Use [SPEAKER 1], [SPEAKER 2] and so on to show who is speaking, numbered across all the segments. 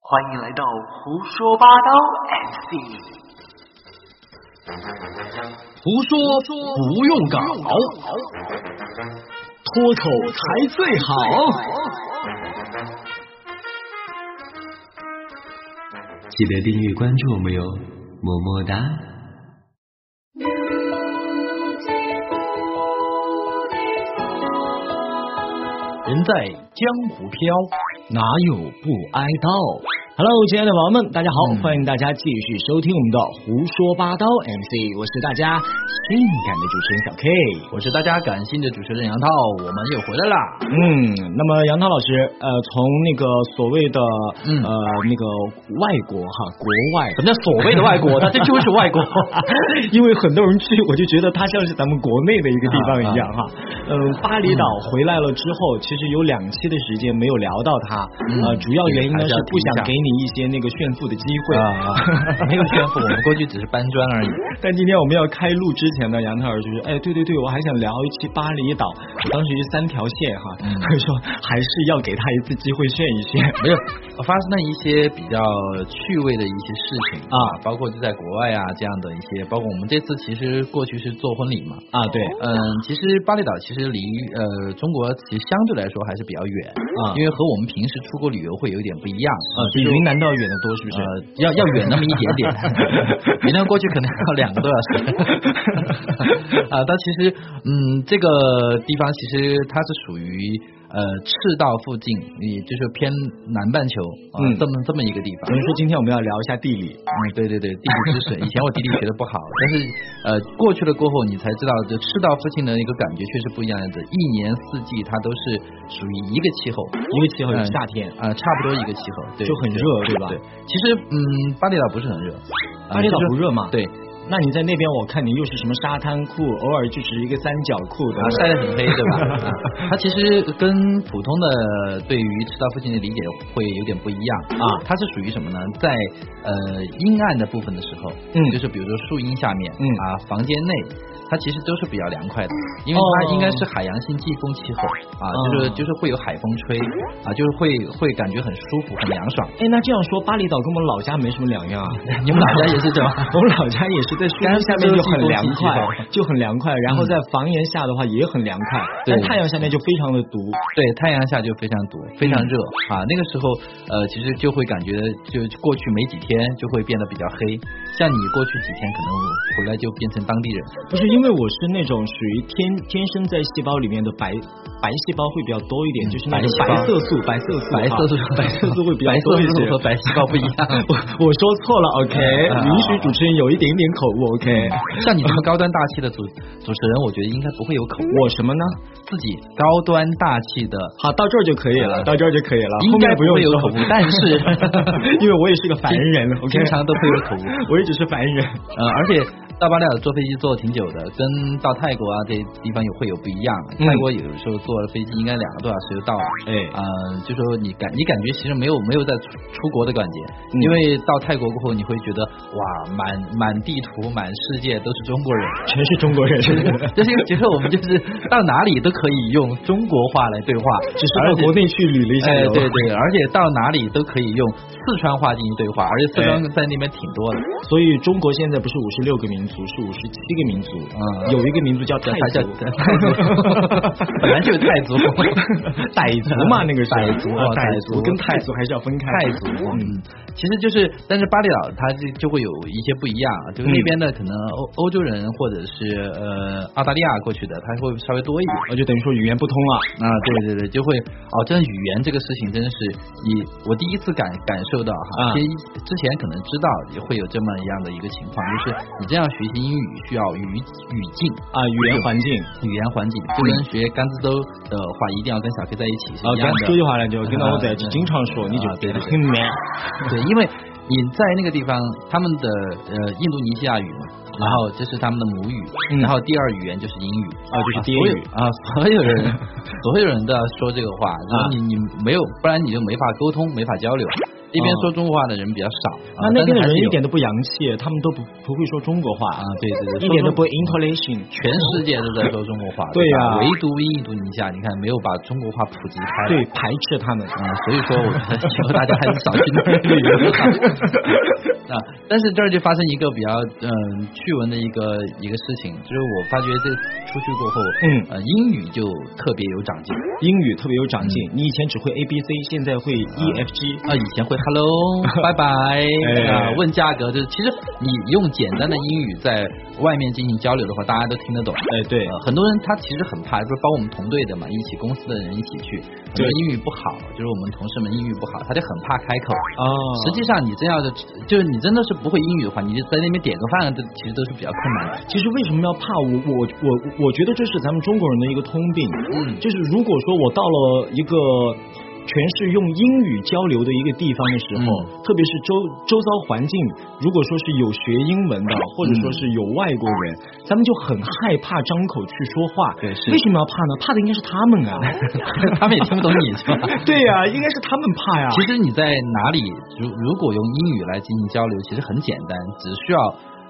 [SPEAKER 1] 欢迎来到胡说八道 MC。
[SPEAKER 2] 胡说不用稿，脱口才最好。
[SPEAKER 3] 记得订阅关注我们哟，么么哒！
[SPEAKER 2] 人在江湖飘，哪有不挨刀？Hello，亲爱的宝宝们，大家好，欢迎大家继续收听我们的胡说八道 MC，我是大家性感的主持人小 K。
[SPEAKER 4] 我是大家感性的主持人杨涛，我们又回来啦。
[SPEAKER 2] 嗯，那么杨涛老师，呃，从那个所谓的、
[SPEAKER 4] 嗯
[SPEAKER 2] 呃那个外国哈国外，
[SPEAKER 4] 什么叫所谓的 外国？他这就是外国。
[SPEAKER 2] 因为很多人去，我就觉得它像是咱们国内的一个地方
[SPEAKER 4] 啊
[SPEAKER 2] 一样哈。嗯，巴厘岛回来了之后，其实有两期的时间没有聊到它，呃，主要原因呢
[SPEAKER 4] 嗯还
[SPEAKER 2] 是
[SPEAKER 4] 是要
[SPEAKER 2] 不
[SPEAKER 4] 提一
[SPEAKER 2] 想
[SPEAKER 4] 下
[SPEAKER 2] 给你一些那个炫富的机会。
[SPEAKER 4] 啊， 没有天赋，我们过去只是搬砖而已。
[SPEAKER 2] 但今天我们要开录之前呢，杨特尔就是，哎，对对对，我还想聊一期巴厘岛，我当时是三条线哈，
[SPEAKER 4] 嗯
[SPEAKER 2] 他说还是要给他一次机会炫一 炫。
[SPEAKER 4] 没有，发生了一些比较趣味的一些事情
[SPEAKER 2] 啊，
[SPEAKER 4] 包括就在国外啊这样的一些，包括我们这次其实过去是做婚礼嘛，
[SPEAKER 2] 啊，对，
[SPEAKER 4] 嗯，其实巴厘岛其实离呃中国其实相对来说还是比较远，
[SPEAKER 2] 啊
[SPEAKER 4] 因为和我们平时出国旅游会有一点不一样，
[SPEAKER 2] 啊，比云南都要远得多，是不是？
[SPEAKER 4] 呃，要要远那么一点 点，云南过去可能要两个多小时。 啊、但其实，嗯，这个地方其实它是属于呃赤道附近，也就是偏南半球啊、
[SPEAKER 2] 嗯
[SPEAKER 4] 这么这么一个地方
[SPEAKER 2] 等于。说今天我们要聊一下地理，
[SPEAKER 4] 嗯，对对对，地理知识，以前我地理学的不好，但是呃过去了过后，你才知道这赤道附近的一个感觉确实不一样的，一年四季它都是属于一个气候，
[SPEAKER 2] 因为气候有
[SPEAKER 4] 嗯
[SPEAKER 2] 夏天，
[SPEAKER 4] 啊，差不多一个气候，对，
[SPEAKER 2] 就很热对吧
[SPEAKER 4] 对，其实嗯，巴厘岛不是很热，
[SPEAKER 2] 巴厘岛
[SPEAKER 4] 呃
[SPEAKER 2] 不
[SPEAKER 4] 就是
[SPEAKER 2] 热嘛？。
[SPEAKER 4] 对，
[SPEAKER 2] 那你在那边，我看你又是什么沙滩裤，偶尔就是一个三角裤的
[SPEAKER 4] 啊，，晒得很黑，对 吧？啊它其实跟普通的对于赤道附近的理解会有点不一样
[SPEAKER 2] 啊
[SPEAKER 4] 它是属于什么呢？在呃阴暗的部分的时候，
[SPEAKER 2] 嗯
[SPEAKER 4] 就是比如说树荫下面，
[SPEAKER 2] 嗯
[SPEAKER 4] 啊，房间内。它其实都是比较凉快的，因为
[SPEAKER 2] 哦
[SPEAKER 4] 它应该是海洋性季风气候啊，就是
[SPEAKER 2] 哦
[SPEAKER 4] 就是会有海风吹
[SPEAKER 2] 嗯
[SPEAKER 4] 啊，就是会会感觉很舒服、很凉爽。
[SPEAKER 2] 哎，那这样说，巴厘岛跟我们老家没什么两样啊。
[SPEAKER 4] 你们老家也是这样？
[SPEAKER 2] 我们老家也是在树荫下面就很凉快，就很凉快，然后在房檐下的话也很凉快，
[SPEAKER 4] 嗯对
[SPEAKER 2] 但太阳下面就非常的毒。
[SPEAKER 4] 对，太阳下就非常毒，非
[SPEAKER 2] 嗯
[SPEAKER 4] 常热、啊。那个时候，呃，其实就会感觉，就过去没几天就会变得比较黑。像你过去几天，可能回来就变成当地人。
[SPEAKER 2] 不是因为我是那种属于天天生在细胞里面的白白细胞会比较多一点，
[SPEAKER 4] 嗯
[SPEAKER 2] 就是那种
[SPEAKER 4] 白细胞
[SPEAKER 2] 白色素，白色素啊，
[SPEAKER 4] 白色素，
[SPEAKER 2] 白色素会比较
[SPEAKER 4] 白
[SPEAKER 2] 多一
[SPEAKER 4] 色素
[SPEAKER 2] 些
[SPEAKER 4] 和。白细胞不一样。
[SPEAKER 2] 我我说错了，OK，
[SPEAKER 4] 啊
[SPEAKER 2] 允许主持人有一点点口误，OK。
[SPEAKER 4] 像你这么高端大气的主主持人，我觉得应该不会有口误。
[SPEAKER 2] 我什么呢？
[SPEAKER 4] 自己高端大气的，呃
[SPEAKER 2] 好，到这儿就可以了，到这儿就可以了，
[SPEAKER 4] 嗯应
[SPEAKER 2] 后
[SPEAKER 4] 该
[SPEAKER 2] 面不用
[SPEAKER 4] 会有
[SPEAKER 2] 说
[SPEAKER 4] 口误，但是
[SPEAKER 2] 因为我也是个凡人
[SPEAKER 4] 经
[SPEAKER 2] ，OK，
[SPEAKER 4] 经常都会有口误。
[SPEAKER 2] 我也只是凡人。
[SPEAKER 4] 呃，而且到巴厘岛坐飞机坐得挺久的，跟到泰国啊这些地方也会有不一样。
[SPEAKER 2] 嗯
[SPEAKER 4] 泰国有时候坐飞机应该两个多小时就到了。
[SPEAKER 2] 哎
[SPEAKER 4] 呃，就说你感你感觉其实没有没有在出出国的感觉，
[SPEAKER 2] 嗯
[SPEAKER 4] 因为到泰国过后你会觉得哇，满满地图满世界都是中国人。
[SPEAKER 2] 全是中国人，
[SPEAKER 4] 就是觉得我们就是到哪里都可以用中国话来对话，
[SPEAKER 2] 只是
[SPEAKER 4] 而
[SPEAKER 2] 到
[SPEAKER 4] 且
[SPEAKER 2] 国内去旅了一下
[SPEAKER 4] 哎，
[SPEAKER 2] 游。
[SPEAKER 4] 对对，而且到哪里都可以用四川话进行对话，而且四川
[SPEAKER 2] 哎
[SPEAKER 4] 在那边挺多的。
[SPEAKER 2] 所以中国现在不是五十六个民族，是五十七个民族，
[SPEAKER 4] 嗯
[SPEAKER 2] 有一个民族叫泰
[SPEAKER 4] 他叫
[SPEAKER 2] 族，
[SPEAKER 4] 本来就有泰族，傣
[SPEAKER 2] 族嘛，那个是
[SPEAKER 4] 傣族，
[SPEAKER 2] 啊
[SPEAKER 4] 哦
[SPEAKER 2] 傣
[SPEAKER 4] 傣
[SPEAKER 2] 族跟泰族还是要分开。
[SPEAKER 4] 泰族，
[SPEAKER 2] 嗯
[SPEAKER 4] 嗯，其实就是，但是巴厘岛它就就会有一些不一样，就是那边的可能欧欧洲人或者是呃澳大利亚过去的，他会稍微多一点。
[SPEAKER 2] 那就等于说语言不通了。
[SPEAKER 4] 啊，对对对，就会哦，真的语言这个事情真是你我第一次感感受到哈，
[SPEAKER 2] 啊
[SPEAKER 4] 其实之前可能知道也会有这么一样的一个情况，就是你真要学习英语需要语语境，
[SPEAKER 2] 啊，语言环境
[SPEAKER 4] 语言环境，就跟学甘孜州的话，一定要跟小 K 在一起是
[SPEAKER 2] 啊
[SPEAKER 4] 一，样
[SPEAKER 2] 刚
[SPEAKER 4] 的。
[SPEAKER 2] 说句话来就跟到我在一起
[SPEAKER 4] 嗯
[SPEAKER 2] 经常说，你就
[SPEAKER 4] 啊对对对
[SPEAKER 2] 很 man
[SPEAKER 4] 对，因为你在那个地方，他们的呃印度尼西亚语嘛，然后这是他们的母语，
[SPEAKER 2] 嗯
[SPEAKER 4] 然后第二语言就是英语
[SPEAKER 2] 啊就是爹
[SPEAKER 4] 所有
[SPEAKER 2] 语
[SPEAKER 4] 啊，所有
[SPEAKER 2] 啊
[SPEAKER 4] 人所有人都要说这个话，然后你你没有，不然你就没法沟通，没法交流。一边说中国话的人比较少。
[SPEAKER 2] 哦啊那那边的人一点都不洋气，他们都不不会说中国话
[SPEAKER 4] 啊，对对对，
[SPEAKER 2] 一点都不会
[SPEAKER 4] 说啊
[SPEAKER 2] intonation。
[SPEAKER 4] 全世界都在说中国 话，
[SPEAKER 2] 对啊呀
[SPEAKER 4] 吧唯独印度尼西亚，你看没有把中国话普及开来。
[SPEAKER 2] 对，排斥他们。
[SPEAKER 4] 啊，所以说我觉得以后大家还是少去那儿旅游好。 啊，但是这儿就发生一个比较嗯、趣闻的一个一个事情，就是我发觉这出去过后，
[SPEAKER 2] 嗯
[SPEAKER 4] 呃，英语就特别有长进。
[SPEAKER 2] 英语特别有长进，你以前只会 A B C，现在会 E F G。
[SPEAKER 4] 嗯啊，以前会 hello，拜拜，
[SPEAKER 2] 哎
[SPEAKER 4] 啊，问价格，就是其实你用简单的英语在外面进行交流的话，大家都听得懂。
[SPEAKER 2] 哎，对，
[SPEAKER 4] 呃，很多人他其实很怕，就是包括我们同队的嘛，一起公司的人一起去，很多
[SPEAKER 2] 对
[SPEAKER 4] 英语不好，就是我们同事们英语不好，他就很怕开口。
[SPEAKER 2] 哦，
[SPEAKER 4] 实际上，你真要是就是你真的是不会英语的话，你就在那边点个饭，都其实都是比较困难的。
[SPEAKER 2] 其实为什么要怕我？我我我觉得这是咱们中国人的一个通病，
[SPEAKER 4] 嗯
[SPEAKER 2] 就是如果说我到了一个全是用英语交流的一个地方的时候，
[SPEAKER 4] 嗯
[SPEAKER 2] 特别是周周遭环境，如果说是有学英文的，或
[SPEAKER 4] 嗯
[SPEAKER 2] 者说是有外国人，咱们就很害怕张口去说话。
[SPEAKER 4] 对是哦
[SPEAKER 2] 为什么要怕呢？怕的应该是他们啊。
[SPEAKER 4] 他们也听不懂你是吧？
[SPEAKER 2] 对呀、应该是他们怕呀。
[SPEAKER 4] 其实你在哪里，如如果用英语来进行交流，其实很简单，只需要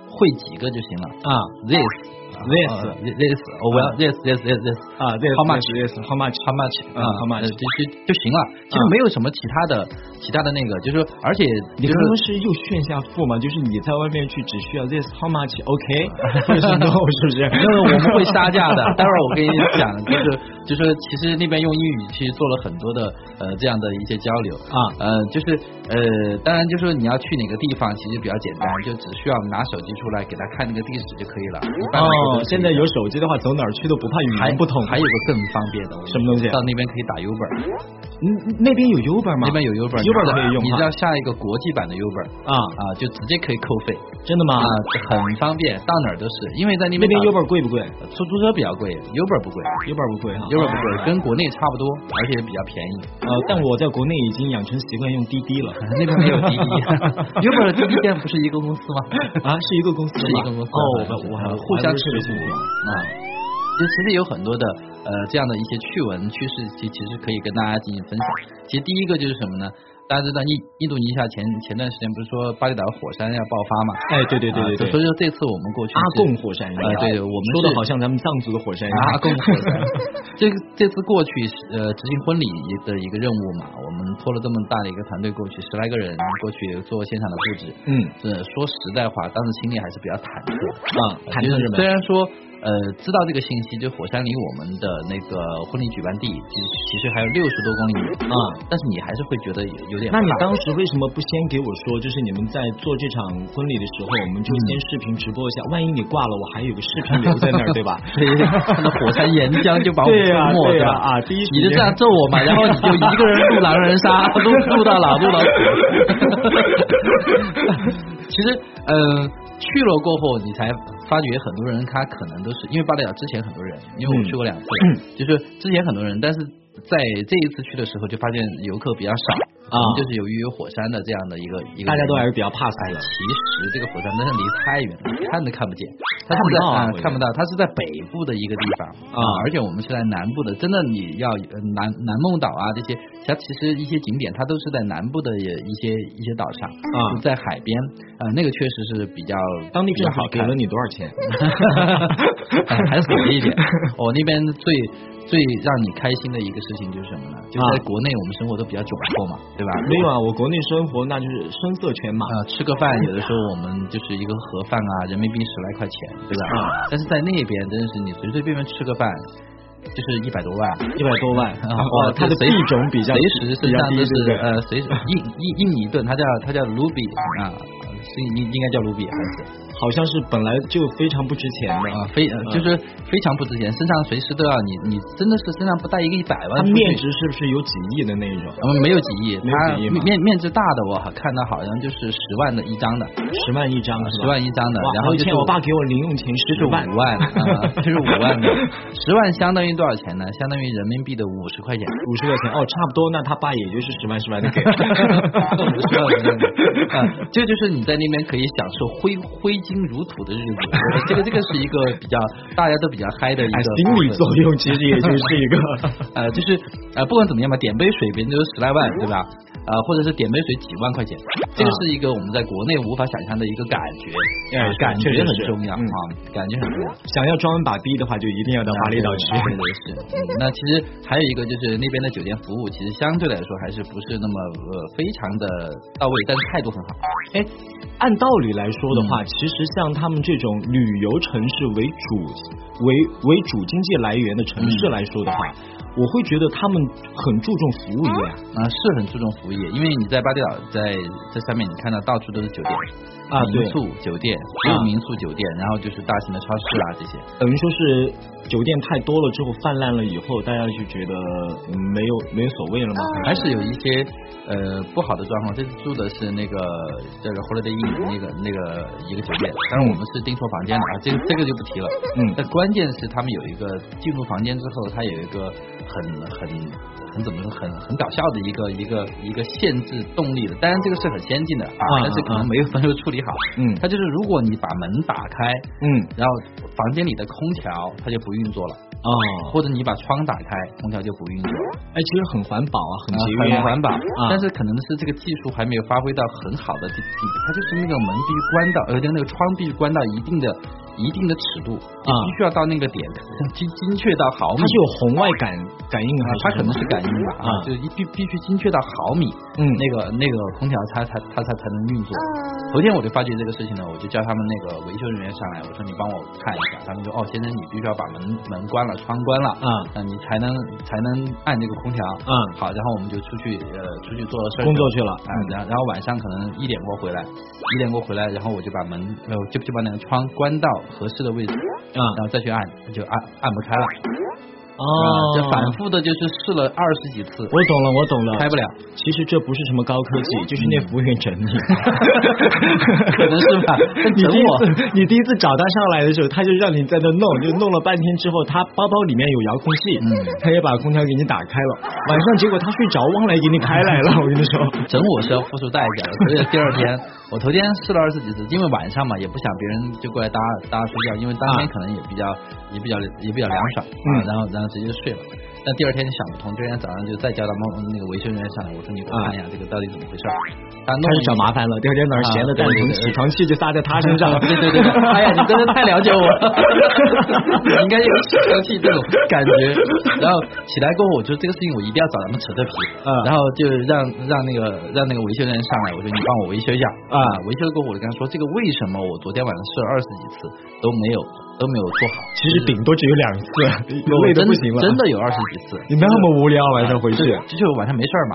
[SPEAKER 4] 会几个就行了。
[SPEAKER 2] 啊
[SPEAKER 4] This,
[SPEAKER 2] This
[SPEAKER 4] 呃 this, oh well, this, this, this, this,
[SPEAKER 2] 啊，对
[SPEAKER 4] How much?
[SPEAKER 2] yes, how much?
[SPEAKER 4] how much,
[SPEAKER 2] 嗯
[SPEAKER 4] 啊
[SPEAKER 2] how much
[SPEAKER 4] 呃就就就行了。其实
[SPEAKER 2] 嗯
[SPEAKER 4] 没有什么其他的，其他的那个，就是说而且
[SPEAKER 2] 你刚
[SPEAKER 4] 就是
[SPEAKER 2] 刚是又炫下富嘛？就是你在外面去只需要 this how much OK，或者是 no 是不是？
[SPEAKER 4] 因嗯为我们会杀价的。待会儿我跟你讲，就是就是其实那边用英语去做了很多的呃这样的一些交流
[SPEAKER 2] 啊
[SPEAKER 4] 呃就是呃当然就是你要去哪个地方其实比较简单，就只需要拿手机出来给他看那个地址就可以了。一般每个
[SPEAKER 2] 哦
[SPEAKER 4] 都可以，
[SPEAKER 2] 现在有手机的话，走哪儿去都不怕语
[SPEAKER 4] 还
[SPEAKER 2] 言不同。
[SPEAKER 4] 还有个更方便的，我跟你
[SPEAKER 2] 什么东西啊
[SPEAKER 4] 说到那边可以打 Uber，
[SPEAKER 2] 嗯，那边有 Uber 吗？
[SPEAKER 4] 那边有 Uber，你
[SPEAKER 2] Uber
[SPEAKER 4] 知道
[SPEAKER 2] 可以用
[SPEAKER 4] 你
[SPEAKER 2] 哈
[SPEAKER 4] 知道下一个国际版的 Uber
[SPEAKER 2] 啊？
[SPEAKER 4] 啊，就直接可以扣费
[SPEAKER 2] 真的吗？
[SPEAKER 4] 啊，很方便，到哪儿都是，因为在那
[SPEAKER 2] 那
[SPEAKER 4] 边
[SPEAKER 2] 边
[SPEAKER 4] 打
[SPEAKER 2] Uber 贵 不贵
[SPEAKER 4] 出租车比较贵，Uber 不贵。
[SPEAKER 2] ？Uber 不贵哈。
[SPEAKER 4] 优惠不贵，跟国内差不多，而且比较便宜。
[SPEAKER 2] 呃，但我在国内已经养成习惯用滴滴了
[SPEAKER 4] 那边没有滴滴，Uber 和滴滴现在不是一个公司吗？
[SPEAKER 2] 啊， 是一个公司
[SPEAKER 4] 是
[SPEAKER 2] 吗，
[SPEAKER 4] 一个公司啊嗯
[SPEAKER 2] 哦，我们我还
[SPEAKER 4] 互相
[SPEAKER 2] 我还不
[SPEAKER 4] 吃
[SPEAKER 2] 是
[SPEAKER 4] 补
[SPEAKER 2] 这个公司
[SPEAKER 4] 啊。就其实有很多的呃这样的一些趣闻趣事，其其实可以跟大家进行分享。其实第一个就是什么呢？大家知道印印度尼西亚前前段时间不是说巴厘岛火山要爆发嘛？
[SPEAKER 2] 哎，对对
[SPEAKER 4] 啊
[SPEAKER 2] 对对
[SPEAKER 4] 所
[SPEAKER 2] 对，
[SPEAKER 4] 以说这次我们过去
[SPEAKER 2] 阿
[SPEAKER 4] 是
[SPEAKER 2] 贡火山一样
[SPEAKER 4] 啊对对我们
[SPEAKER 2] 说的
[SPEAKER 4] 是
[SPEAKER 2] 好像咱们啊藏族的火山一样。
[SPEAKER 4] 阿贡火山。这个这次过去呃执行婚礼的一个任务嘛，我们拖了这么大的一个团队过去，十来个人过去做现场的布置。
[SPEAKER 2] 嗯
[SPEAKER 4] 这说实在话，当时心里还是比较忐忑。
[SPEAKER 2] 啊，坦
[SPEAKER 4] 就
[SPEAKER 2] 克
[SPEAKER 4] 是
[SPEAKER 2] 人们
[SPEAKER 4] 虽然说呃知道这个信息，就火山离我们的那个婚礼举办地其实其实还有六十多公里远
[SPEAKER 2] 啊，
[SPEAKER 4] 但是你还是会觉得有有点
[SPEAKER 2] 那你当
[SPEAKER 4] 怕
[SPEAKER 2] 时为什么不先给我说？就是你们在做这场婚礼的时候，我们就先视频直播一下，万一你挂了，我还有个视频留在那儿，对 吧？
[SPEAKER 4] 对 看到火山岩浆就把我
[SPEAKER 2] 对
[SPEAKER 4] 吞
[SPEAKER 2] 呀
[SPEAKER 4] 没，
[SPEAKER 2] 对呀
[SPEAKER 4] 吧？
[SPEAKER 2] 啊，第一时
[SPEAKER 4] 你就
[SPEAKER 2] 间
[SPEAKER 4] 这样 揍我嘛，然后你就一个人路狼人杀，路路到老路 到死。其实，嗯、去了过后，你才发觉很多人他可能都是因为巴厘岛之前很多人，因为我
[SPEAKER 2] 嗯
[SPEAKER 4] 去过两次，就是之前很多人，但是在这一次去的时候就发现游客比较少，
[SPEAKER 2] 啊
[SPEAKER 4] 可能就是由于有火山的这样的一个一个原因，
[SPEAKER 2] 大家都还是比较怕死
[SPEAKER 4] 哎，
[SPEAKER 2] 的
[SPEAKER 4] 其实这个火山真的离太远了，看都看不见，它是
[SPEAKER 2] 看不
[SPEAKER 4] 在
[SPEAKER 2] 到啊
[SPEAKER 4] 嗯
[SPEAKER 2] 我觉得
[SPEAKER 4] 看不到，它是在北部的一个地方
[SPEAKER 2] 啊
[SPEAKER 4] 而且我们是在南部的，真的你要呃南南梦岛啊这些，它其实一些景点它都是在南部的也一些一些岛上，
[SPEAKER 2] 啊
[SPEAKER 4] 就在海边，呃，那个确实是比较
[SPEAKER 2] 当地
[SPEAKER 4] 比较
[SPEAKER 2] 政
[SPEAKER 4] 好
[SPEAKER 2] 府给
[SPEAKER 4] 看
[SPEAKER 2] 了你多少钱？ 啊
[SPEAKER 4] 哎还是便宜一点。 我那边最最让你开心的一个事情就是什么呢？就在
[SPEAKER 2] 啊
[SPEAKER 4] 国内我们生活都比较窘迫嘛，对吧？
[SPEAKER 2] 没有啊，我国内生活那就是声色犬马。
[SPEAKER 4] 呃，吃个饭有的时候我们就是一个盒饭啊，人民币十来块钱，对吧？
[SPEAKER 2] 啊
[SPEAKER 4] 但是在那边真的是你随随便便吃个饭就是一百多万。
[SPEAKER 2] 一百多万，
[SPEAKER 4] 啊
[SPEAKER 2] 然后哦它的
[SPEAKER 4] 随
[SPEAKER 2] 币种比较
[SPEAKER 4] 随时
[SPEAKER 2] 比
[SPEAKER 4] 身
[SPEAKER 2] 较
[SPEAKER 4] 上
[SPEAKER 2] 低，
[SPEAKER 4] 都
[SPEAKER 2] 对不
[SPEAKER 4] 是
[SPEAKER 2] 对？
[SPEAKER 4] 呃，随时印印印尼盾，它叫它叫卢比啊，是应应该叫卢比还是
[SPEAKER 2] 好像是本来就非常不值钱的，
[SPEAKER 4] 啊？非呃就是非常不值钱，身上随时都要你你真的是身上不带一个一百
[SPEAKER 2] 它
[SPEAKER 4] 万出去，
[SPEAKER 2] 面值是不是有几亿的那一种？
[SPEAKER 4] 我们没有几亿，
[SPEAKER 2] 没有
[SPEAKER 4] 它
[SPEAKER 2] 几亿吗
[SPEAKER 4] 面面值大的我看到好像就是十万的一张的，
[SPEAKER 2] 十万一张啊是吧？
[SPEAKER 4] 十万一张的
[SPEAKER 2] 哇，
[SPEAKER 4] 然后
[SPEAKER 2] 以
[SPEAKER 4] 就是
[SPEAKER 2] 前我爸给我零用钱十
[SPEAKER 4] 五
[SPEAKER 2] 万，
[SPEAKER 4] 万，啊，这是五万的，十万相当于多少钱呢？相当于人民币的五十块钱。
[SPEAKER 2] 五十块钱哦，差不多，那他爸也就是十万十万的给。
[SPEAKER 4] 50块钱啊，这就是你在那边可以享受挥挥金如土的日子，这个这个是一个比较大家都比较嗨的一
[SPEAKER 2] 哎
[SPEAKER 4] 个，
[SPEAKER 2] 心理
[SPEAKER 4] 氛围
[SPEAKER 2] 作 用其实也就是一个
[SPEAKER 4] 呃，就是呃，不管怎么样吧，点杯水别人都是十来万，对吧？呃，或者是点杯水几万块钱，
[SPEAKER 2] 嗯
[SPEAKER 4] 这个是一个我们在国内无法想象的一个感觉，
[SPEAKER 2] 哎
[SPEAKER 4] 啊感
[SPEAKER 2] 确实
[SPEAKER 4] 觉很
[SPEAKER 2] 是
[SPEAKER 4] 重要
[SPEAKER 2] 嗯
[SPEAKER 4] 啊，感觉很重要。
[SPEAKER 2] 想要装文把逼的话，就一定要到 巴厘岛去。
[SPEAKER 4] 啊是的，是的。嗯那其实还有一个就是那边的酒店服务，其实相对来说还是不是那么呃非常的到位，但是态度很好。
[SPEAKER 2] 哎，按道理来说的话，
[SPEAKER 4] 嗯
[SPEAKER 2] 其实像他们这种旅游城市为主为为主经济来源的城
[SPEAKER 4] 嗯
[SPEAKER 2] 市来说的话，我会觉得他们很注重服务业啊。
[SPEAKER 4] 啊，是很注重服务业，因为你在巴厘岛在这上面，你看到到处都是酒店
[SPEAKER 2] 啊对啊
[SPEAKER 4] 民宿酒店，只有民宿酒店，然后就是大型的超市啊这些。
[SPEAKER 2] 等于说是酒店太多了之后泛滥了以后，大家就觉得嗯没有没有所谓了吗？
[SPEAKER 4] 还是有一些呃不好的状况。这次住的是那个这个 Holiday Inn 那个那个一个酒店，当然我们是订错房间了啊，这个这个就不提了。
[SPEAKER 2] 嗯
[SPEAKER 4] 但关键是他们有一个进入房间之后，它有一个很很很怎么说，很很搞笑的一个一个一个限制动力的，当然这个是很先进的啊
[SPEAKER 2] 啊，
[SPEAKER 4] 但是可
[SPEAKER 2] 啊
[SPEAKER 4] 能没有没有处理好。
[SPEAKER 2] 嗯
[SPEAKER 4] 它就是如果你把门打开，
[SPEAKER 2] 嗯
[SPEAKER 4] 然后房间里的空调它就不运作了，
[SPEAKER 2] 哦，
[SPEAKER 4] 或者你把窗打开，空调就不运作了。
[SPEAKER 2] 哎，其实很环保啊，很
[SPEAKER 4] 啊
[SPEAKER 2] 节约、啊，
[SPEAKER 4] 很环保，
[SPEAKER 2] 啊
[SPEAKER 4] 但是可能是这个技术还没有发挥到很好的地地步，它就是那个门必须关到，呃，就那个窗必须关到一定的一定的尺度，
[SPEAKER 2] 啊
[SPEAKER 4] 必须要到那个点， 精精确到毫米
[SPEAKER 2] 它。是有红外感感应
[SPEAKER 4] 啊
[SPEAKER 2] 还是
[SPEAKER 4] 它
[SPEAKER 2] 什
[SPEAKER 4] 可能
[SPEAKER 2] 么
[SPEAKER 4] 是感应吧，
[SPEAKER 2] 啊
[SPEAKER 4] 就一必必须精确到毫米，
[SPEAKER 2] 嗯
[SPEAKER 4] 那个那个空调它才它才才能运作。昨天我就发觉这个事情呢，我就叫他们那个维修人员上来，我说你帮我看一下，他们说哦，先生你必须要把门门关了，窗关了，
[SPEAKER 2] 啊
[SPEAKER 4] 那你才能才能按这个空调，
[SPEAKER 2] 嗯
[SPEAKER 4] 好，然后我们就出去呃出去做了事儿
[SPEAKER 2] 工作去了
[SPEAKER 4] 啊，然后然后晚上可能一点过回来，一点过回来，然后我就把门呃就就把那个窗关到合适的位置，
[SPEAKER 2] 啊
[SPEAKER 4] 然后再去按就按按不开了，
[SPEAKER 2] 哦
[SPEAKER 4] 啊，就反复的就是试了二十几次，
[SPEAKER 2] 我懂了，我懂了，嗯
[SPEAKER 4] 开不了。
[SPEAKER 2] 其实这不是什么高科技，就是那服务员整 你，
[SPEAKER 4] 可能是吧但
[SPEAKER 2] 你
[SPEAKER 4] 整
[SPEAKER 2] 第一
[SPEAKER 4] 我
[SPEAKER 2] 次，你第一次找他上来的时候，他就让你在那弄，就弄了半天之后，他包包里面有遥控器，他也把空调给你打开了。晚上结果他睡着，忘了给你开来 了。我跟你说，
[SPEAKER 4] 整我是要付出代价的，所以第二天我头天试了二十几次，因为晚上嘛也不想别人就过来搭搭睡觉，因为当天可能也比较、也比较也比较凉爽，
[SPEAKER 2] 啊
[SPEAKER 4] 啊
[SPEAKER 2] 嗯
[SPEAKER 4] 然后然后直接就睡了。但第二天就想不通，第二天早上就再叫他们那个维修人员上来，我说你给
[SPEAKER 2] 啊
[SPEAKER 4] 我看一下这个到底怎么回事儿。他弄
[SPEAKER 2] 开
[SPEAKER 4] 了
[SPEAKER 2] 始
[SPEAKER 4] 一
[SPEAKER 2] 找麻烦了。第二天早上闲的蛋疼，起床气就撒在他身上 了。
[SPEAKER 4] 对对对，对哎呀，你真的太了解我了， 你应该有生气这种感觉。然后起来过后，我觉得这个事情我一定要找他们扯扯皮，
[SPEAKER 2] 嗯
[SPEAKER 4] 然后就让让那个让那个维修人员上来，我说你帮我维修一下
[SPEAKER 2] 啊
[SPEAKER 4] 维修过后，我就跟他说这个为什么我昨天晚上试了二十几次都没有都没有做好，
[SPEAKER 2] 其实顶多只有两次，
[SPEAKER 4] 我
[SPEAKER 2] 累
[SPEAKER 4] 真
[SPEAKER 2] 的不行了。
[SPEAKER 4] 真的有二十几次，
[SPEAKER 2] 你那么无聊，啊晚上回去
[SPEAKER 4] 就就就是晚上没事儿嘛，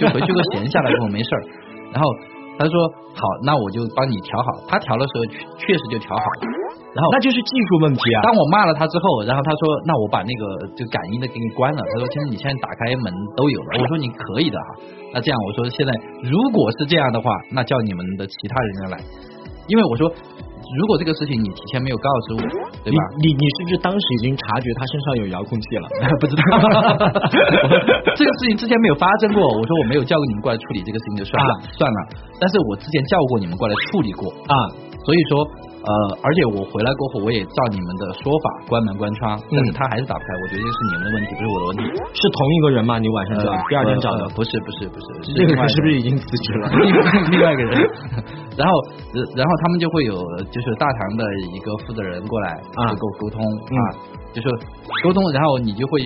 [SPEAKER 4] 就就回去个闲下来之后没事儿， 然后他说好，那我就帮你调好，他调的时候确确实就调好了，然后
[SPEAKER 2] 那就是技术问题啊。
[SPEAKER 4] 当我骂了他之后，然后他说：“那我把那个就感应的给你关了。”他说：“先生，你现在打开门都有了。”我说：“你可以的哈。”那这样我说：“现在如果是这样的话，那叫你们的其他人员来，因为我说如果这个事情你提前没有告知我，对
[SPEAKER 2] 你
[SPEAKER 4] 吧？
[SPEAKER 2] 你你是不是当时已经察觉他身上有遥控器 了？
[SPEAKER 4] 不知道，这个事情之前没有发生过。我说我没有叫过你们过来处理这个事情就算了、算了，但是我之前叫过你们过来处理过，
[SPEAKER 2] 啊，
[SPEAKER 4] 所以说，呃，而且我回来过后，我也照你们的说法关门关
[SPEAKER 2] 嗯
[SPEAKER 4] 窗，但是他还是打不开，我觉得是你们的问题，不是我的问题。
[SPEAKER 2] 是同一个人吗？你晚上找，嗯第二天找
[SPEAKER 4] 呃
[SPEAKER 2] 的。
[SPEAKER 4] 不是不是不是，
[SPEAKER 2] 嗯这个
[SPEAKER 4] 另
[SPEAKER 2] 人
[SPEAKER 4] 外一
[SPEAKER 2] 是不是已经辞职 了？
[SPEAKER 4] 另外另外一个 人，然后呃然后他们就会有就是大堂的一个负责人过来
[SPEAKER 2] 啊
[SPEAKER 4] 就跟我沟通啊，就是沟通，然后你就会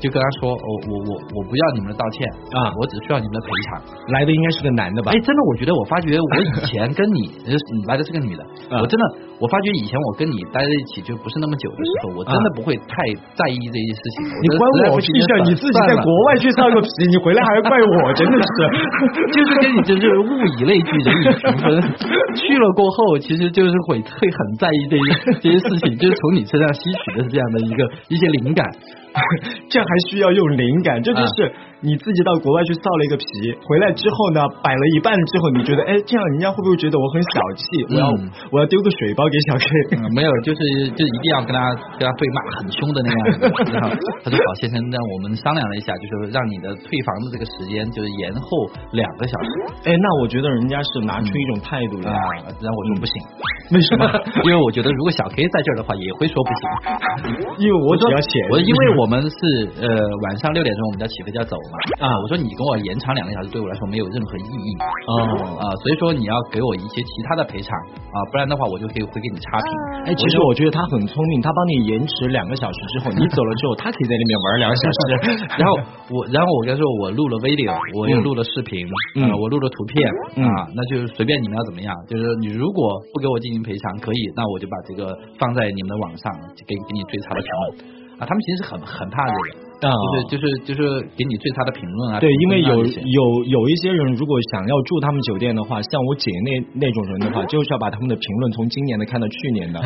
[SPEAKER 4] 就跟他说，我我我我不要你们的道歉
[SPEAKER 2] 啊
[SPEAKER 4] 我只需要你们的赔偿。
[SPEAKER 2] 来的应该是个男的吧
[SPEAKER 4] 哎？，真的，我觉得我发觉我以前跟 你，呃你来的是个女的，
[SPEAKER 2] 嗯
[SPEAKER 4] 我真的，我发觉以前我跟你待在一起就不是那么久的时候，我真的不会太在意这些事情。
[SPEAKER 2] 嗯你关我屁事儿！啊你自己在国
[SPEAKER 4] 外，
[SPEAKER 2] 外去唱个皮，你回来还要怪我，真的是。
[SPEAKER 4] 就是跟你就是物以类聚，人以群分。去了过后，其实就是会会很在意这些这些事情，就是从你身上吸取的这样的一个一些灵感。
[SPEAKER 2] 这还需要用灵感，这就
[SPEAKER 4] 啊
[SPEAKER 2] 是你自己到国外去造了一个皮，回来之后呢，摆了一半之后，你觉得，哎，这样人家会不会觉得我很小气？我要、
[SPEAKER 4] 嗯
[SPEAKER 2] 我要丢个水包给小 K。
[SPEAKER 4] 嗯，没有，就是就一定要跟他跟他对骂，很凶的那样子。然后他说：“好，先生，那我们商量了一下，就是让你的退房的这个时间就是延后两个小时。
[SPEAKER 2] 哎，那我觉得人家是拿出一种态度来。
[SPEAKER 4] 啊”然后我说不行，
[SPEAKER 2] 为什么？
[SPEAKER 4] 因为我觉得如果小 K 在这儿的话，也会说不行。
[SPEAKER 2] 因为 我只要钱，
[SPEAKER 4] 我因为我们是呃晚上六点钟我们要起飞就要走嘛
[SPEAKER 2] 啊
[SPEAKER 4] 我说你跟我延长两个小时对我来说没有任何意义
[SPEAKER 2] 哦
[SPEAKER 4] 啊，所以说你要给我一些其他的赔偿啊，不然的话我就可以会给你差评。
[SPEAKER 2] 哎，其实我觉得他很聪明，他帮你延迟两个小时之后，你走了之后，他可以在那边玩两个小 时。啊
[SPEAKER 4] 然后我，然后我跟他说，我录了 video，我又
[SPEAKER 2] 嗯
[SPEAKER 4] 录了视频，
[SPEAKER 2] 嗯
[SPEAKER 4] 呃我录了图片，
[SPEAKER 2] 嗯
[SPEAKER 4] 啊，那就是随便你们要怎么样，就是你如果不给我进行赔偿，可以，那我就把这个放在你们的网上，给给你最差的评论啊。他们其实很很怕这个，
[SPEAKER 2] 啊，
[SPEAKER 4] 就是就是就是给你最差的评论啊。
[SPEAKER 2] 对，因为
[SPEAKER 4] 评
[SPEAKER 2] 有
[SPEAKER 4] 论啊这些
[SPEAKER 2] 有有一些人，如果想要住他们酒店的话，像我姐那那种人 的话，就是要把他们的评论从今年的看到去年 的，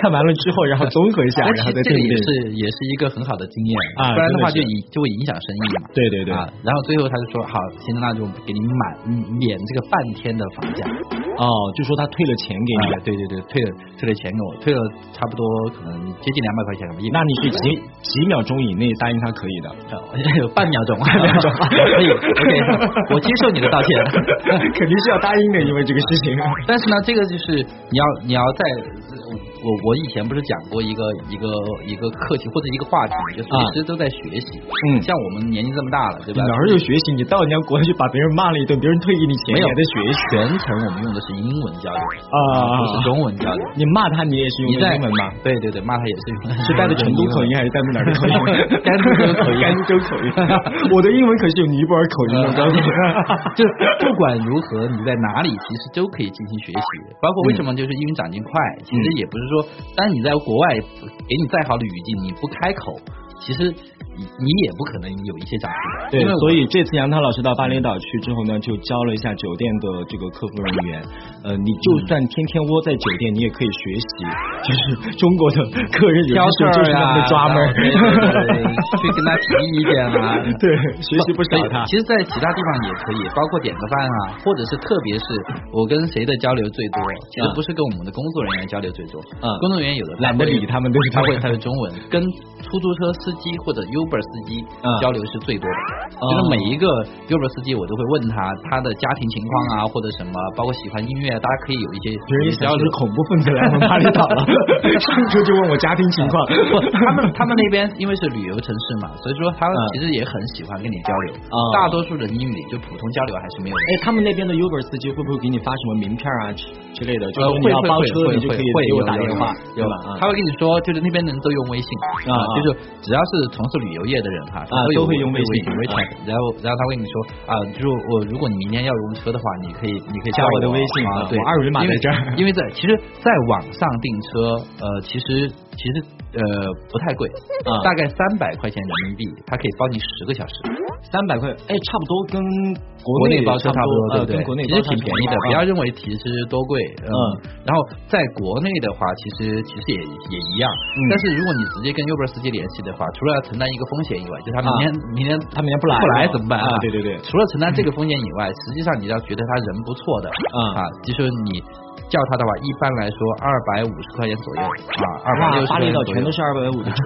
[SPEAKER 2] 看完了之后，然后综合一 下，
[SPEAKER 4] 但
[SPEAKER 2] 然后
[SPEAKER 4] 其
[SPEAKER 2] 再
[SPEAKER 4] 实这
[SPEAKER 2] 定
[SPEAKER 4] 个也
[SPEAKER 2] 定。
[SPEAKER 4] 是也是一个很好的经验
[SPEAKER 2] 啊
[SPEAKER 4] 不然的话就
[SPEAKER 2] 真的是
[SPEAKER 4] 影就会影响生意嘛。
[SPEAKER 2] 对对对，
[SPEAKER 4] 啊，然后最后他就说好，现在那就给你满嗯免这个半天的房价。
[SPEAKER 2] 哦，就说他退了钱给
[SPEAKER 4] 啊
[SPEAKER 2] 你，，
[SPEAKER 4] 对对对，退了退了钱给我，退了差不多可能接近两百块钱吧，一
[SPEAKER 2] 那你是几几秒钟以内答应他可以的？
[SPEAKER 4] 有呃 半秒钟，啊半秒钟， 可以，OK，我接 受你的道歉。
[SPEAKER 2] 肯定是要答应的，因为这个事情。
[SPEAKER 4] 但是呢，这个就是你要你要在我我以前不是讲过一个一个一个课题或者一个话题，就是
[SPEAKER 2] 啊
[SPEAKER 4] 一直都在学习。
[SPEAKER 2] 嗯
[SPEAKER 4] 像我们年纪这么大了，对吧？
[SPEAKER 2] 哪儿有学习？你到人家国外去把别人骂了一顿，别人退给你钱，
[SPEAKER 4] 没
[SPEAKER 2] 你
[SPEAKER 4] 有
[SPEAKER 2] 还在学习
[SPEAKER 4] 全程我们用的是英文交流，
[SPEAKER 2] 啊
[SPEAKER 4] 不是中文交流。
[SPEAKER 2] 你骂他，你也是用
[SPEAKER 4] 你在
[SPEAKER 2] 的英文骂，？
[SPEAKER 4] 对对对，骂他也是用的？
[SPEAKER 2] 是带着成都口音还是带着哪儿的口音
[SPEAKER 4] 甘肃州口音
[SPEAKER 2] 甘州口音。我的英文可是有尼泊尔口音，我告诉你。
[SPEAKER 4] 就是不管如何，你在哪里其实都可以进行学习，包括为什么就是英语长进快，其实也不是说，当你在国外给你再好的语境，你不开口，其实你你也不可能有一些长进。
[SPEAKER 2] 对
[SPEAKER 4] 因为，我
[SPEAKER 2] 所以这次杨涛老师到巴厘岛去之后呢，就教了一下酒店的这个客服人员。呃，你就算天天窝在酒店，你也可以学习，就是中国的客人有
[SPEAKER 4] 挑
[SPEAKER 2] 的
[SPEAKER 4] 事
[SPEAKER 2] 时候就是
[SPEAKER 4] 儿
[SPEAKER 2] 那么
[SPEAKER 4] 啊，
[SPEAKER 2] 的抓门儿
[SPEAKER 4] 对对对对去跟他提意见 啊。
[SPEAKER 2] 对，学习不
[SPEAKER 4] 所以
[SPEAKER 2] 少他。
[SPEAKER 4] 其实，在其他地方也可以，包括点个饭啊，或者是特别是我跟谁的交流最多，其实不是跟我们的工作人员交流最多，
[SPEAKER 2] 嗯
[SPEAKER 4] 工作人员有的
[SPEAKER 2] 懒得理他们对
[SPEAKER 4] 他
[SPEAKER 2] 吧
[SPEAKER 4] 会他会中文，跟出租车司机或者 Uber 司机
[SPEAKER 2] 嗯
[SPEAKER 4] 交流是最多的，
[SPEAKER 2] 哦
[SPEAKER 4] 就是每一个 Uber 司机我都会问他他的家庭情况啊，或者什么，包括喜欢音乐，啊大家可以有一些
[SPEAKER 2] 别人一想
[SPEAKER 4] 交
[SPEAKER 2] 是
[SPEAKER 4] 流。
[SPEAKER 2] 恐怖分子来我们巴厘岛 了，上车就问我家庭情况。
[SPEAKER 4] 不，他们他们那边因为是旅游城市嘛，所以说他们其实也很喜欢跟你交流。
[SPEAKER 2] 哦
[SPEAKER 4] 大多数人英语就普通交流还是没有的。
[SPEAKER 2] 哎，他们那边的 Uber 司机会不会给你发什么名片啊之之类的？就
[SPEAKER 4] 呃
[SPEAKER 2] 是，你
[SPEAKER 4] 会
[SPEAKER 2] 要
[SPEAKER 4] 会
[SPEAKER 2] 包
[SPEAKER 4] 会
[SPEAKER 2] 车，
[SPEAKER 4] 会
[SPEAKER 2] 你就可
[SPEAKER 4] 会
[SPEAKER 2] 以
[SPEAKER 4] 会
[SPEAKER 2] 给
[SPEAKER 4] 有
[SPEAKER 2] 我打
[SPEAKER 4] 有
[SPEAKER 2] 电
[SPEAKER 4] 有
[SPEAKER 2] 话，对
[SPEAKER 4] 有
[SPEAKER 2] 吧？啊
[SPEAKER 4] 他会跟你说，就是那边人都用微信
[SPEAKER 2] 啊啊
[SPEAKER 4] 就是只要是从事旅游业的人哈，
[SPEAKER 2] 啊都
[SPEAKER 4] 有
[SPEAKER 2] 会用微
[SPEAKER 4] 微
[SPEAKER 2] 信
[SPEAKER 4] 微
[SPEAKER 2] 啊
[SPEAKER 4] 然后然后他会跟你说啊，就是我如果你明天要用车的话，你可以你可以
[SPEAKER 2] 加我的微信
[SPEAKER 4] 啊
[SPEAKER 2] 啊，
[SPEAKER 4] 对，
[SPEAKER 2] 我二维码
[SPEAKER 4] 因为
[SPEAKER 2] 在这儿
[SPEAKER 4] 因为在其实，在网上订车，呃，其实其实呃不太贵，
[SPEAKER 2] 啊
[SPEAKER 4] 大概三百块钱人民币，它可以包你十个小时。
[SPEAKER 2] 三百块，哎，差不多跟
[SPEAKER 4] 国
[SPEAKER 2] 国
[SPEAKER 4] 内
[SPEAKER 2] 内
[SPEAKER 4] 包车
[SPEAKER 2] 差
[SPEAKER 4] 差不多，
[SPEAKER 2] 呃，
[SPEAKER 4] 对
[SPEAKER 2] 跟
[SPEAKER 4] 不
[SPEAKER 2] 国
[SPEAKER 4] 对？
[SPEAKER 2] 内
[SPEAKER 4] 其
[SPEAKER 2] 包
[SPEAKER 4] 实
[SPEAKER 2] 车
[SPEAKER 4] 挺便宜的
[SPEAKER 2] 差，
[SPEAKER 4] 不要
[SPEAKER 2] 多啊
[SPEAKER 4] 认为其实多贵，嗯
[SPEAKER 2] 嗯。
[SPEAKER 4] 然后在国内的话，其实其实也也一样，但
[SPEAKER 2] 嗯
[SPEAKER 4] 是如果你直接跟 Uber 司机联系的话，除了要承担一个风险以外，就他
[SPEAKER 2] 啊
[SPEAKER 4] 明天明天
[SPEAKER 2] 他明天不来
[SPEAKER 4] 不来
[SPEAKER 2] 了
[SPEAKER 4] 怎么办
[SPEAKER 2] 啊对对对
[SPEAKER 4] 除了承担这个风险以外，实际上你要觉得他人不错的
[SPEAKER 2] 嗯
[SPEAKER 4] 啊，就是你。叫他的话，一般来说二百五十块钱左右啊，二百六
[SPEAKER 2] 哇巴
[SPEAKER 4] 十块
[SPEAKER 2] 厘
[SPEAKER 4] 钱
[SPEAKER 2] 岛
[SPEAKER 4] 左
[SPEAKER 2] 全
[SPEAKER 4] 右
[SPEAKER 2] 都是二百五的车，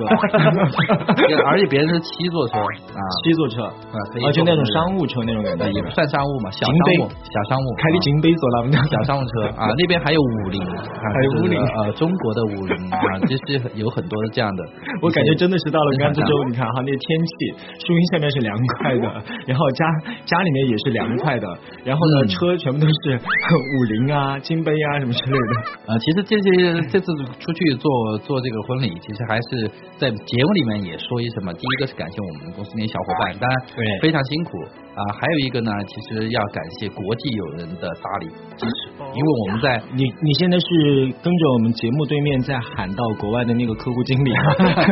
[SPEAKER 4] 而且别人是七座车啊，
[SPEAKER 2] 七座车，
[SPEAKER 4] 啊可以
[SPEAKER 2] 而且那种商
[SPEAKER 4] 务，
[SPEAKER 2] 务车那种感觉
[SPEAKER 4] 对，，也不算商务嘛，小
[SPEAKER 2] 金
[SPEAKER 4] 商
[SPEAKER 2] 杯
[SPEAKER 4] 务，小商务，
[SPEAKER 2] 开的
[SPEAKER 4] 啊
[SPEAKER 2] 金杯走了，
[SPEAKER 4] 小商务车 啊，那边还有五菱，还
[SPEAKER 2] 还有五菱
[SPEAKER 4] 呃，中国的五菱 啊，就是有很多这样的。
[SPEAKER 2] 我感觉真的是到了甘肃
[SPEAKER 4] 你
[SPEAKER 2] 州，你看哈，那天气，树荫下面是凉快 的，然后家家里面也是凉快的，然后呢，
[SPEAKER 4] 嗯
[SPEAKER 2] 车全部都是 五菱啊、金杯啊什么之类的。
[SPEAKER 4] 呃，其实这些这次出去做做这个婚礼，其实还是在节目里面也说一什么。第一个是感谢我们公司那些小伙伴，当然
[SPEAKER 2] 啊对
[SPEAKER 4] 非常辛苦啊、还有一个呢，其实要感谢国际友人的大力支持，
[SPEAKER 2] 哦
[SPEAKER 4] 因为我们在
[SPEAKER 2] 你你现在是跟着我们节目对面在喊到国外的那个客户经理啊 吗？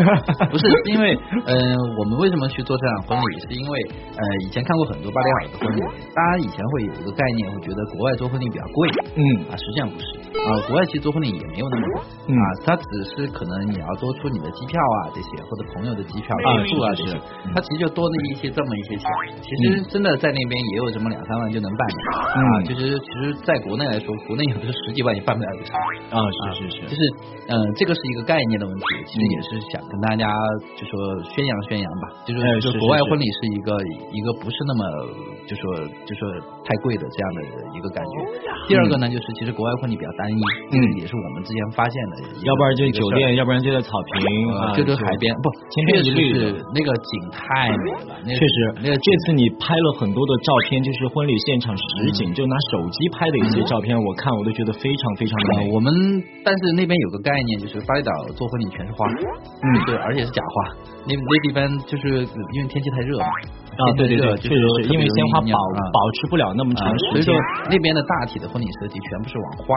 [SPEAKER 4] 不是是因为，呃，我们为什么去做这场婚礼？是因为，呃，以前看过很多巴厘岛的婚礼，大家以前会有一个概念，会觉得国外做婚礼比较贵
[SPEAKER 2] 嗯
[SPEAKER 4] 啊，实际上不是啊，国外其实做婚礼也没有那么贵
[SPEAKER 2] 嗯
[SPEAKER 4] 啊，它只是可能你要多出你的机票啊这些，或者朋友的机票
[SPEAKER 2] 啊
[SPEAKER 4] 住啊
[SPEAKER 2] 是是
[SPEAKER 4] 这些
[SPEAKER 2] 是嗯，
[SPEAKER 4] 它其实就多了一些这么一些钱。其实真的在那边也有这么两三万就能办的。
[SPEAKER 2] 嗯
[SPEAKER 4] 啊，就是其实在国内来说，国内有的时候十几万也办不了一个场。
[SPEAKER 2] 啊，是是，
[SPEAKER 4] 就是是，呃，这个是一个概念的问题，其实也是想跟大家就说宣扬宣扬吧，就说
[SPEAKER 2] 哎
[SPEAKER 4] 就是国外
[SPEAKER 2] 是
[SPEAKER 4] 婚礼是一个一个不是那么就说就说太贵的这样的一个感觉。第二个呢，就是其实国外婚礼比较单一，这个
[SPEAKER 2] 嗯
[SPEAKER 4] 也是我们之前发现的一个，
[SPEAKER 2] 要不然就
[SPEAKER 4] 一
[SPEAKER 2] 是
[SPEAKER 4] 个
[SPEAKER 2] 酒
[SPEAKER 4] 事儿。
[SPEAKER 2] 店，要不然就在草坪，
[SPEAKER 4] 呃
[SPEAKER 2] 啊
[SPEAKER 4] 就这海边不，
[SPEAKER 2] 千篇一
[SPEAKER 4] 确
[SPEAKER 2] 律
[SPEAKER 4] 实
[SPEAKER 2] 的
[SPEAKER 4] 是那个景太美了，那个
[SPEAKER 2] 确实，
[SPEAKER 4] 那个
[SPEAKER 2] 这次你拍了很多的照片，就是婚礼现场
[SPEAKER 4] 嗯
[SPEAKER 2] 实景，就拿手机拍的一些照片，我看我都觉得非常非常的
[SPEAKER 4] 呃
[SPEAKER 2] 美。
[SPEAKER 4] 我们但是那边有个概念，就是巴厘岛做婚礼全是花，嗯，对，而且是假花。那那地方就是因为天气太热嘛，
[SPEAKER 2] 啊，对对对，确实是因为鲜花保保持不了那么
[SPEAKER 4] 啊
[SPEAKER 2] 长，
[SPEAKER 4] 所以
[SPEAKER 2] 时
[SPEAKER 4] 说
[SPEAKER 2] 间。
[SPEAKER 4] 那边的大体的婚礼设计全部是往花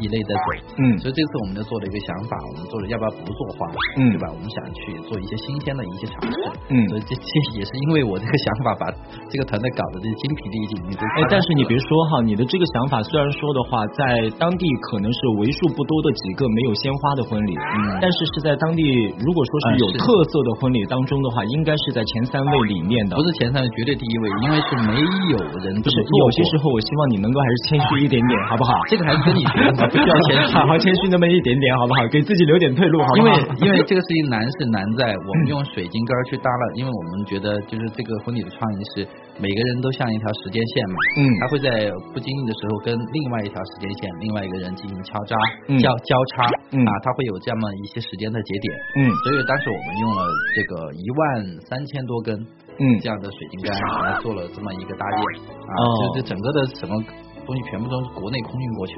[SPEAKER 4] 一类在走。
[SPEAKER 2] 嗯
[SPEAKER 4] 所以这次我们就做了一个想法，我们做了要不要不做花，
[SPEAKER 2] 嗯
[SPEAKER 4] 对吧？我们想去做一些新鲜的一些尝试，
[SPEAKER 2] 嗯
[SPEAKER 4] 所以这这也是因为我这个想法把这个团队搞得这精疲力尽。你就
[SPEAKER 2] 哎，但是你别说哈，你的这个想法虽然说的话，在当地可能是为数不多的几个没有鲜花的婚礼，
[SPEAKER 4] 嗯
[SPEAKER 2] 但是是在当地如果说是
[SPEAKER 4] 嗯
[SPEAKER 2] 有
[SPEAKER 4] 是
[SPEAKER 2] 特色的婚礼当中的话，应该是在前三位里面的
[SPEAKER 4] 不。是前三绝对第一位，因为是没有人
[SPEAKER 2] 不
[SPEAKER 4] 这
[SPEAKER 2] 是，
[SPEAKER 4] 么做
[SPEAKER 2] 有些
[SPEAKER 4] 过
[SPEAKER 2] 时候我希望你能够还是谦虚一点点，好不好？
[SPEAKER 4] 这个还是跟你学 的，啊 不需要谦虚
[SPEAKER 2] 好。好谦虚那么一点点，好不好？给自己留点退路，好不
[SPEAKER 4] 因
[SPEAKER 2] 好？
[SPEAKER 4] 为 因为这个事情难是难在我们用水晶根儿去搭了，因为我们觉得就是这个婚礼的创意是每个人都像一条时间线嘛，
[SPEAKER 2] 嗯
[SPEAKER 4] 他会在不经意的时候跟另外一条时间线、另外一个人进行交叉、
[SPEAKER 2] 嗯
[SPEAKER 4] 交交叉，
[SPEAKER 2] 嗯
[SPEAKER 4] 啊，他会有这么一些时间的节点，
[SPEAKER 2] 嗯
[SPEAKER 4] 所以当时我们用了这个一万三千多根
[SPEAKER 2] 嗯
[SPEAKER 4] 这样的水晶杆来做了这么一个搭建啊
[SPEAKER 2] 哦，
[SPEAKER 4] 就是整个的什么东西全部都是国内空运过去，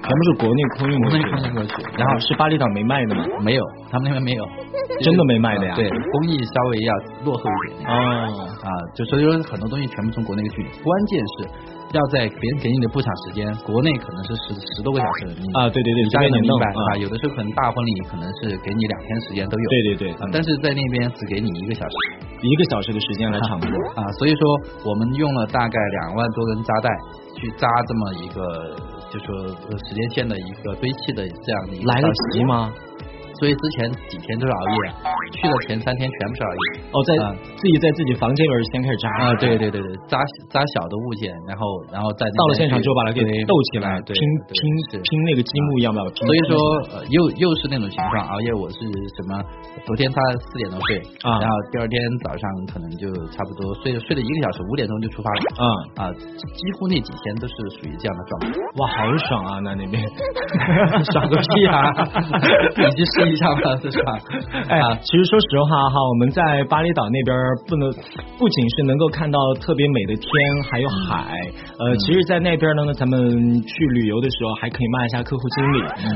[SPEAKER 2] 全部是国内空运过去
[SPEAKER 4] 国内
[SPEAKER 2] 的，
[SPEAKER 4] 空运过去，
[SPEAKER 2] 然
[SPEAKER 4] 然后
[SPEAKER 2] 后是巴厘岛没卖的吗？
[SPEAKER 4] 没有，他们那边没 有，
[SPEAKER 2] 真的没卖的呀
[SPEAKER 4] 啊对，工艺稍微要落后一点点。
[SPEAKER 2] 哦，
[SPEAKER 4] 啊，就所以说很多东西全部从国内去，关键是要在别人给你的布场时间，国内可能是十十多个小时，你
[SPEAKER 2] 啊，对对对，
[SPEAKER 4] 大
[SPEAKER 2] 这边
[SPEAKER 4] 概能
[SPEAKER 2] 你
[SPEAKER 4] 明
[SPEAKER 2] 弄
[SPEAKER 4] 白
[SPEAKER 2] 啊，
[SPEAKER 4] 啊，有的时候可能大婚礼可能是给你两天时间都有，
[SPEAKER 2] 对对对嗯
[SPEAKER 4] 啊，但是在那边只给你一个小时
[SPEAKER 2] 一个小时的时间来场布，
[SPEAKER 4] 啊，所以说我们用了大概两万多根扎带去扎这么一个，就说呃时间线的一个堆砌的这样的一个
[SPEAKER 2] 来得
[SPEAKER 4] 造
[SPEAKER 2] 及
[SPEAKER 4] 型？
[SPEAKER 2] 吗？
[SPEAKER 4] 所以之前几天都是熬夜，去的前三天全部是熬夜。
[SPEAKER 2] 哦，在
[SPEAKER 4] 啊
[SPEAKER 2] 自己在自己房间里边先开始扎
[SPEAKER 4] 啊，对对对对，扎扎小的物件，然后然后再
[SPEAKER 2] 到了现场就把它给斗起来，
[SPEAKER 4] 对，啊
[SPEAKER 2] 拼
[SPEAKER 4] 对
[SPEAKER 2] 拼
[SPEAKER 4] 是
[SPEAKER 2] 拼那个积木一样的，拼
[SPEAKER 4] 所以说，呃又又是那种情况，熬夜我是什么？昨天他四点钟睡，
[SPEAKER 2] 啊
[SPEAKER 4] 然后第二天早上可能就差不多睡睡了一个小时，五点钟就出发了。
[SPEAKER 2] 啊，
[SPEAKER 4] 啊，几乎那几天都是属于这样的状 态。
[SPEAKER 2] 哇，好爽啊！那那 边
[SPEAKER 4] 爽个屁 啊！你去试一下吧，是吧？
[SPEAKER 2] 哎
[SPEAKER 4] 啊，，
[SPEAKER 2] 其实说实话哈，我们在巴厘岛那边儿不能，不仅是能够看到特别美的天，还有海。
[SPEAKER 4] 嗯
[SPEAKER 2] 呃，其实，在那边呢，咱们去旅游的时候还可以骂一下客户经理。
[SPEAKER 4] 嗯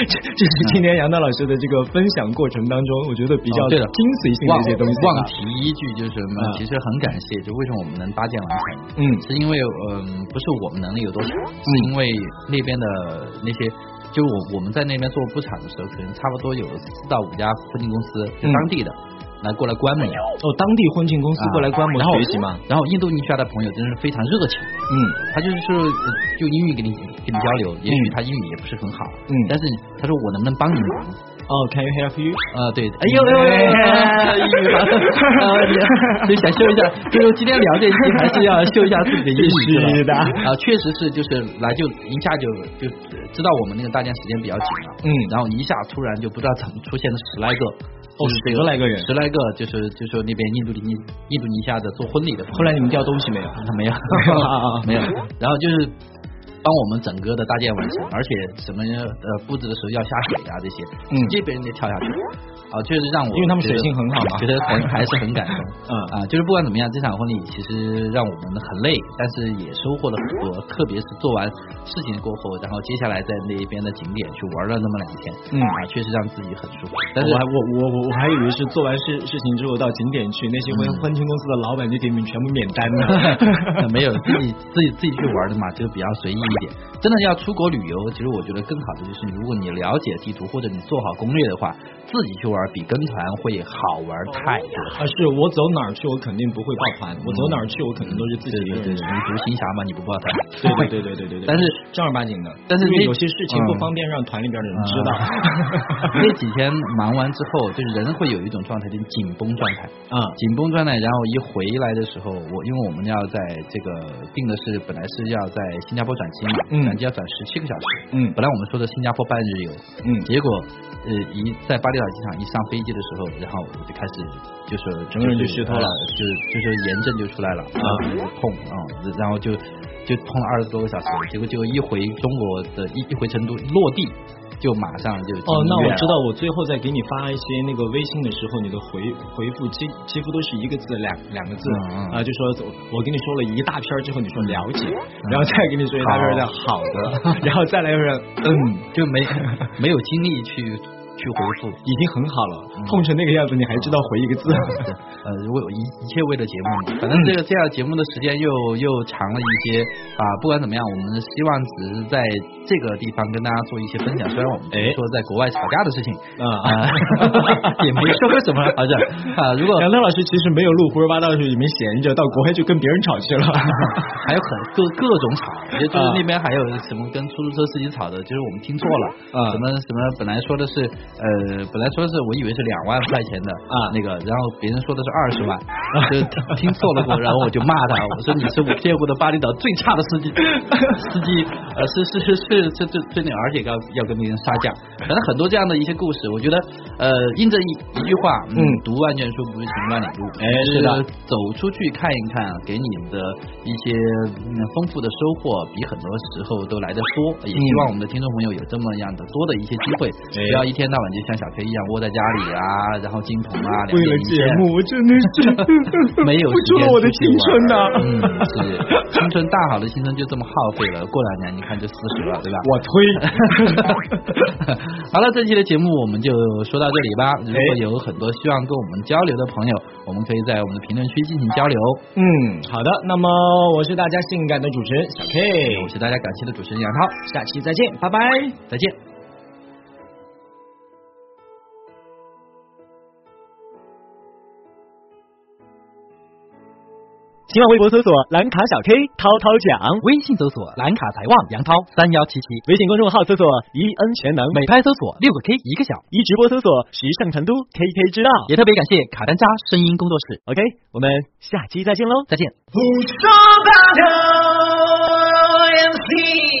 [SPEAKER 2] 这这是今天杨丹老师的这个分享过程当中，我觉得比较
[SPEAKER 4] 哦对了
[SPEAKER 2] 精髓性的一些东西啊。
[SPEAKER 4] 忘忘提一句就是什么
[SPEAKER 2] 嗯？
[SPEAKER 4] 其实很感谢，就为什么我们能搭建完成，
[SPEAKER 2] 嗯
[SPEAKER 4] 是因为嗯、不是我们能力有多强，是因为那边的那些。就我我们在那边做布厂的时候，可能差不多有四到五家附近公司，就
[SPEAKER 2] 嗯
[SPEAKER 4] 当地的，来过来观摩，
[SPEAKER 2] 哦，当地婚庆公司过来观摩
[SPEAKER 4] 啊然后
[SPEAKER 2] 学习嘛。
[SPEAKER 4] 然后印度尼西亚的朋友真是非常热情，
[SPEAKER 2] 嗯
[SPEAKER 4] 他就是说呃就英语跟你跟你交流，也许他英语也不是很好，
[SPEAKER 2] 嗯
[SPEAKER 4] 但是他说我能不能帮你忙？
[SPEAKER 2] 哦，Can you help you？
[SPEAKER 4] 啊，对，哎呦哎呦哎呦哎呦，英语马上， 啊就想秀一下，就是今天聊这一期还是要秀一下自己的英语吧
[SPEAKER 2] 是的
[SPEAKER 4] 啊，确实是，就是来就一下就就知道我们那个大家时间比较紧了，
[SPEAKER 2] 嗯
[SPEAKER 4] 然后一下突然就不知道怎么出现了十来个。
[SPEAKER 2] 哦
[SPEAKER 4] 就是这
[SPEAKER 2] 十来个人
[SPEAKER 4] 十来个就是就是那边印度尼印度尼西亚的做婚礼的朋友，
[SPEAKER 2] 后来你们掉东 西没有？
[SPEAKER 4] 没有
[SPEAKER 2] 啊啊啊，
[SPEAKER 4] 没有。然后就是帮我们整个的搭建完成，而且什么呃布置的时候要下水啊这些，
[SPEAKER 2] 嗯
[SPEAKER 4] 直接被人家跳下去了。啊，就是让我
[SPEAKER 2] 因为他们水
[SPEAKER 4] 觉得
[SPEAKER 2] 性很好嘛
[SPEAKER 4] 觉得很还是很感动。
[SPEAKER 2] 嗯
[SPEAKER 4] 啊，就是不管怎么样，这场婚礼其实让我们很累，但是也收获了很多，特别是做完事情过后，然后接下来在那边的景点去玩了那么两天，
[SPEAKER 2] 嗯
[SPEAKER 4] 啊，确实让自己很舒服。但
[SPEAKER 2] 我
[SPEAKER 4] 是
[SPEAKER 2] 还我我我我还以为是做完事事情之后到景点去，那些婚
[SPEAKER 4] 嗯
[SPEAKER 2] 婚庆 公司的老板就给你们全部免单呢。
[SPEAKER 4] 没有自己自己自己去玩的嘛，就比较随意一点。真的要出国旅游，其实我觉得更好的就是，如果你了解地图或者你做好攻略的话，自己去玩比跟团会好玩太多。
[SPEAKER 2] 啊，是我走哪儿去，我肯定不会抱团；我走哪儿去，我肯定都是自己一个
[SPEAKER 4] 对对
[SPEAKER 2] 人。
[SPEAKER 4] 对，你独行侠嘛，你不抱团。
[SPEAKER 2] 对对对对对对对。
[SPEAKER 4] 但是
[SPEAKER 2] 正儿八经的，
[SPEAKER 4] 但是
[SPEAKER 2] 因为
[SPEAKER 4] 那
[SPEAKER 2] 有些事情不方便让团里边的人知道。
[SPEAKER 4] 那嗯几天忙完之后，就是人会有一种状态，就是紧绷状态。
[SPEAKER 2] 啊，
[SPEAKER 4] 紧绷状态，然后一回来的时候，我因为我们要在这个定的是本来是要在新加坡转机嘛，
[SPEAKER 2] 嗯
[SPEAKER 4] 转机要转十七个小时。
[SPEAKER 2] 嗯
[SPEAKER 4] 本来我们说的新加坡半日游，
[SPEAKER 2] 嗯
[SPEAKER 4] 结果呃一在巴厘岛机场一上飞机的时候，然后我就开始就是
[SPEAKER 2] 整个人就是湿透了
[SPEAKER 4] 呃是就是炎症就出来了，然后就痛啊、然后就就痛了二十多个小时，结果结果一回中国的一一回成都落地就马上就进
[SPEAKER 2] 哦，那
[SPEAKER 4] 医院
[SPEAKER 2] 我
[SPEAKER 4] 了
[SPEAKER 2] 知道，我最后再给你发一些那个微信的时候，你的回回复几几乎都是一个字两两个字
[SPEAKER 4] 嗯嗯
[SPEAKER 2] 啊、就说我我跟你说了一大篇儿之后，你说了解，
[SPEAKER 4] 嗯
[SPEAKER 2] 然后再跟你说一大篇儿的好的， 然后再来一遍嗯，
[SPEAKER 4] 就没没有精力去去回复。
[SPEAKER 2] 已经很好了，
[SPEAKER 4] 嗯
[SPEAKER 2] 痛成那个样子，你还知道回一个字？
[SPEAKER 4] 呃，如果有一一切为了节目嘛，反正这个这样节目的时间又又长了一些啊。不管怎么样，我们希望只是在这个地方跟大家做一些分享。虽然我们不是说在国外吵架的事情
[SPEAKER 2] 啊
[SPEAKER 4] 啊， 也没说什么，好像啊，如果
[SPEAKER 2] 杨涛老师其实没有录胡说八道的时候也没闲着，到国外就跟别人吵 去了。
[SPEAKER 4] 还有很各各种吵，我觉得
[SPEAKER 2] 啊
[SPEAKER 4] 就是那边还有什么跟出租车司机吵的，就是我们听错了，
[SPEAKER 2] 啊
[SPEAKER 4] 什么什么本来说的是呃，本来说的是我以为是两万块钱的
[SPEAKER 2] 啊
[SPEAKER 4] 那个，然后别人说的是二十万，就听错了，然后我就骂他，我说你是我见过的巴厘岛最差的司机，司机呃是是是是是最最那个，而且要要跟别人杀价，反正很多这样的一些故事，我觉得呃印证一一句话，
[SPEAKER 2] 嗯，
[SPEAKER 4] 嗯读万卷书不是行万里路，
[SPEAKER 2] 哎是的，
[SPEAKER 4] 走出去看一看，给你的一些嗯丰富的收获，比很多时候都来得多。也希望我们的听众朋友有这么样的多的一些机会，
[SPEAKER 2] 嗯哎
[SPEAKER 4] 不要一天到晚就像小 K 一样窝在家里啊，然后金鹏啊，两
[SPEAKER 2] 为
[SPEAKER 4] 点
[SPEAKER 2] 了
[SPEAKER 4] 一
[SPEAKER 2] 节
[SPEAKER 4] 线
[SPEAKER 2] 目，我真的是
[SPEAKER 4] 没有
[SPEAKER 2] 付出了我的青春呐、
[SPEAKER 4] 嗯，是青春大好的青春就这么耗费了，过两年你看就四十了，对吧？
[SPEAKER 2] 我推。
[SPEAKER 4] 好了，这期的节目我们就说到这里吧。如果
[SPEAKER 2] 哎
[SPEAKER 4] 有很多希望跟我们交流的朋友，我们可以在我们的评论区进行交流。
[SPEAKER 2] 嗯，好的，那么我是大家性感的主持人小 K，
[SPEAKER 4] 我是大家感谢的主持人杨涛，
[SPEAKER 2] 下期再见，拜拜。
[SPEAKER 4] 再见。
[SPEAKER 5] 新浪微博搜索“蓝卡小 K 涛涛讲
[SPEAKER 4] 微信搜索“蓝卡财旺杨涛三幺七七”，”，
[SPEAKER 5] 微信公众号搜索“一恩全能
[SPEAKER 4] 美拍搜索六个 K 一个小”，。
[SPEAKER 5] 一直播搜索“时尚成都 KK 之道。
[SPEAKER 4] 也特别感谢卡丹扎声音工作室，”
[SPEAKER 5] OK，我们下期再见喽。
[SPEAKER 4] 再见。
[SPEAKER 1] 胡说八道 MC。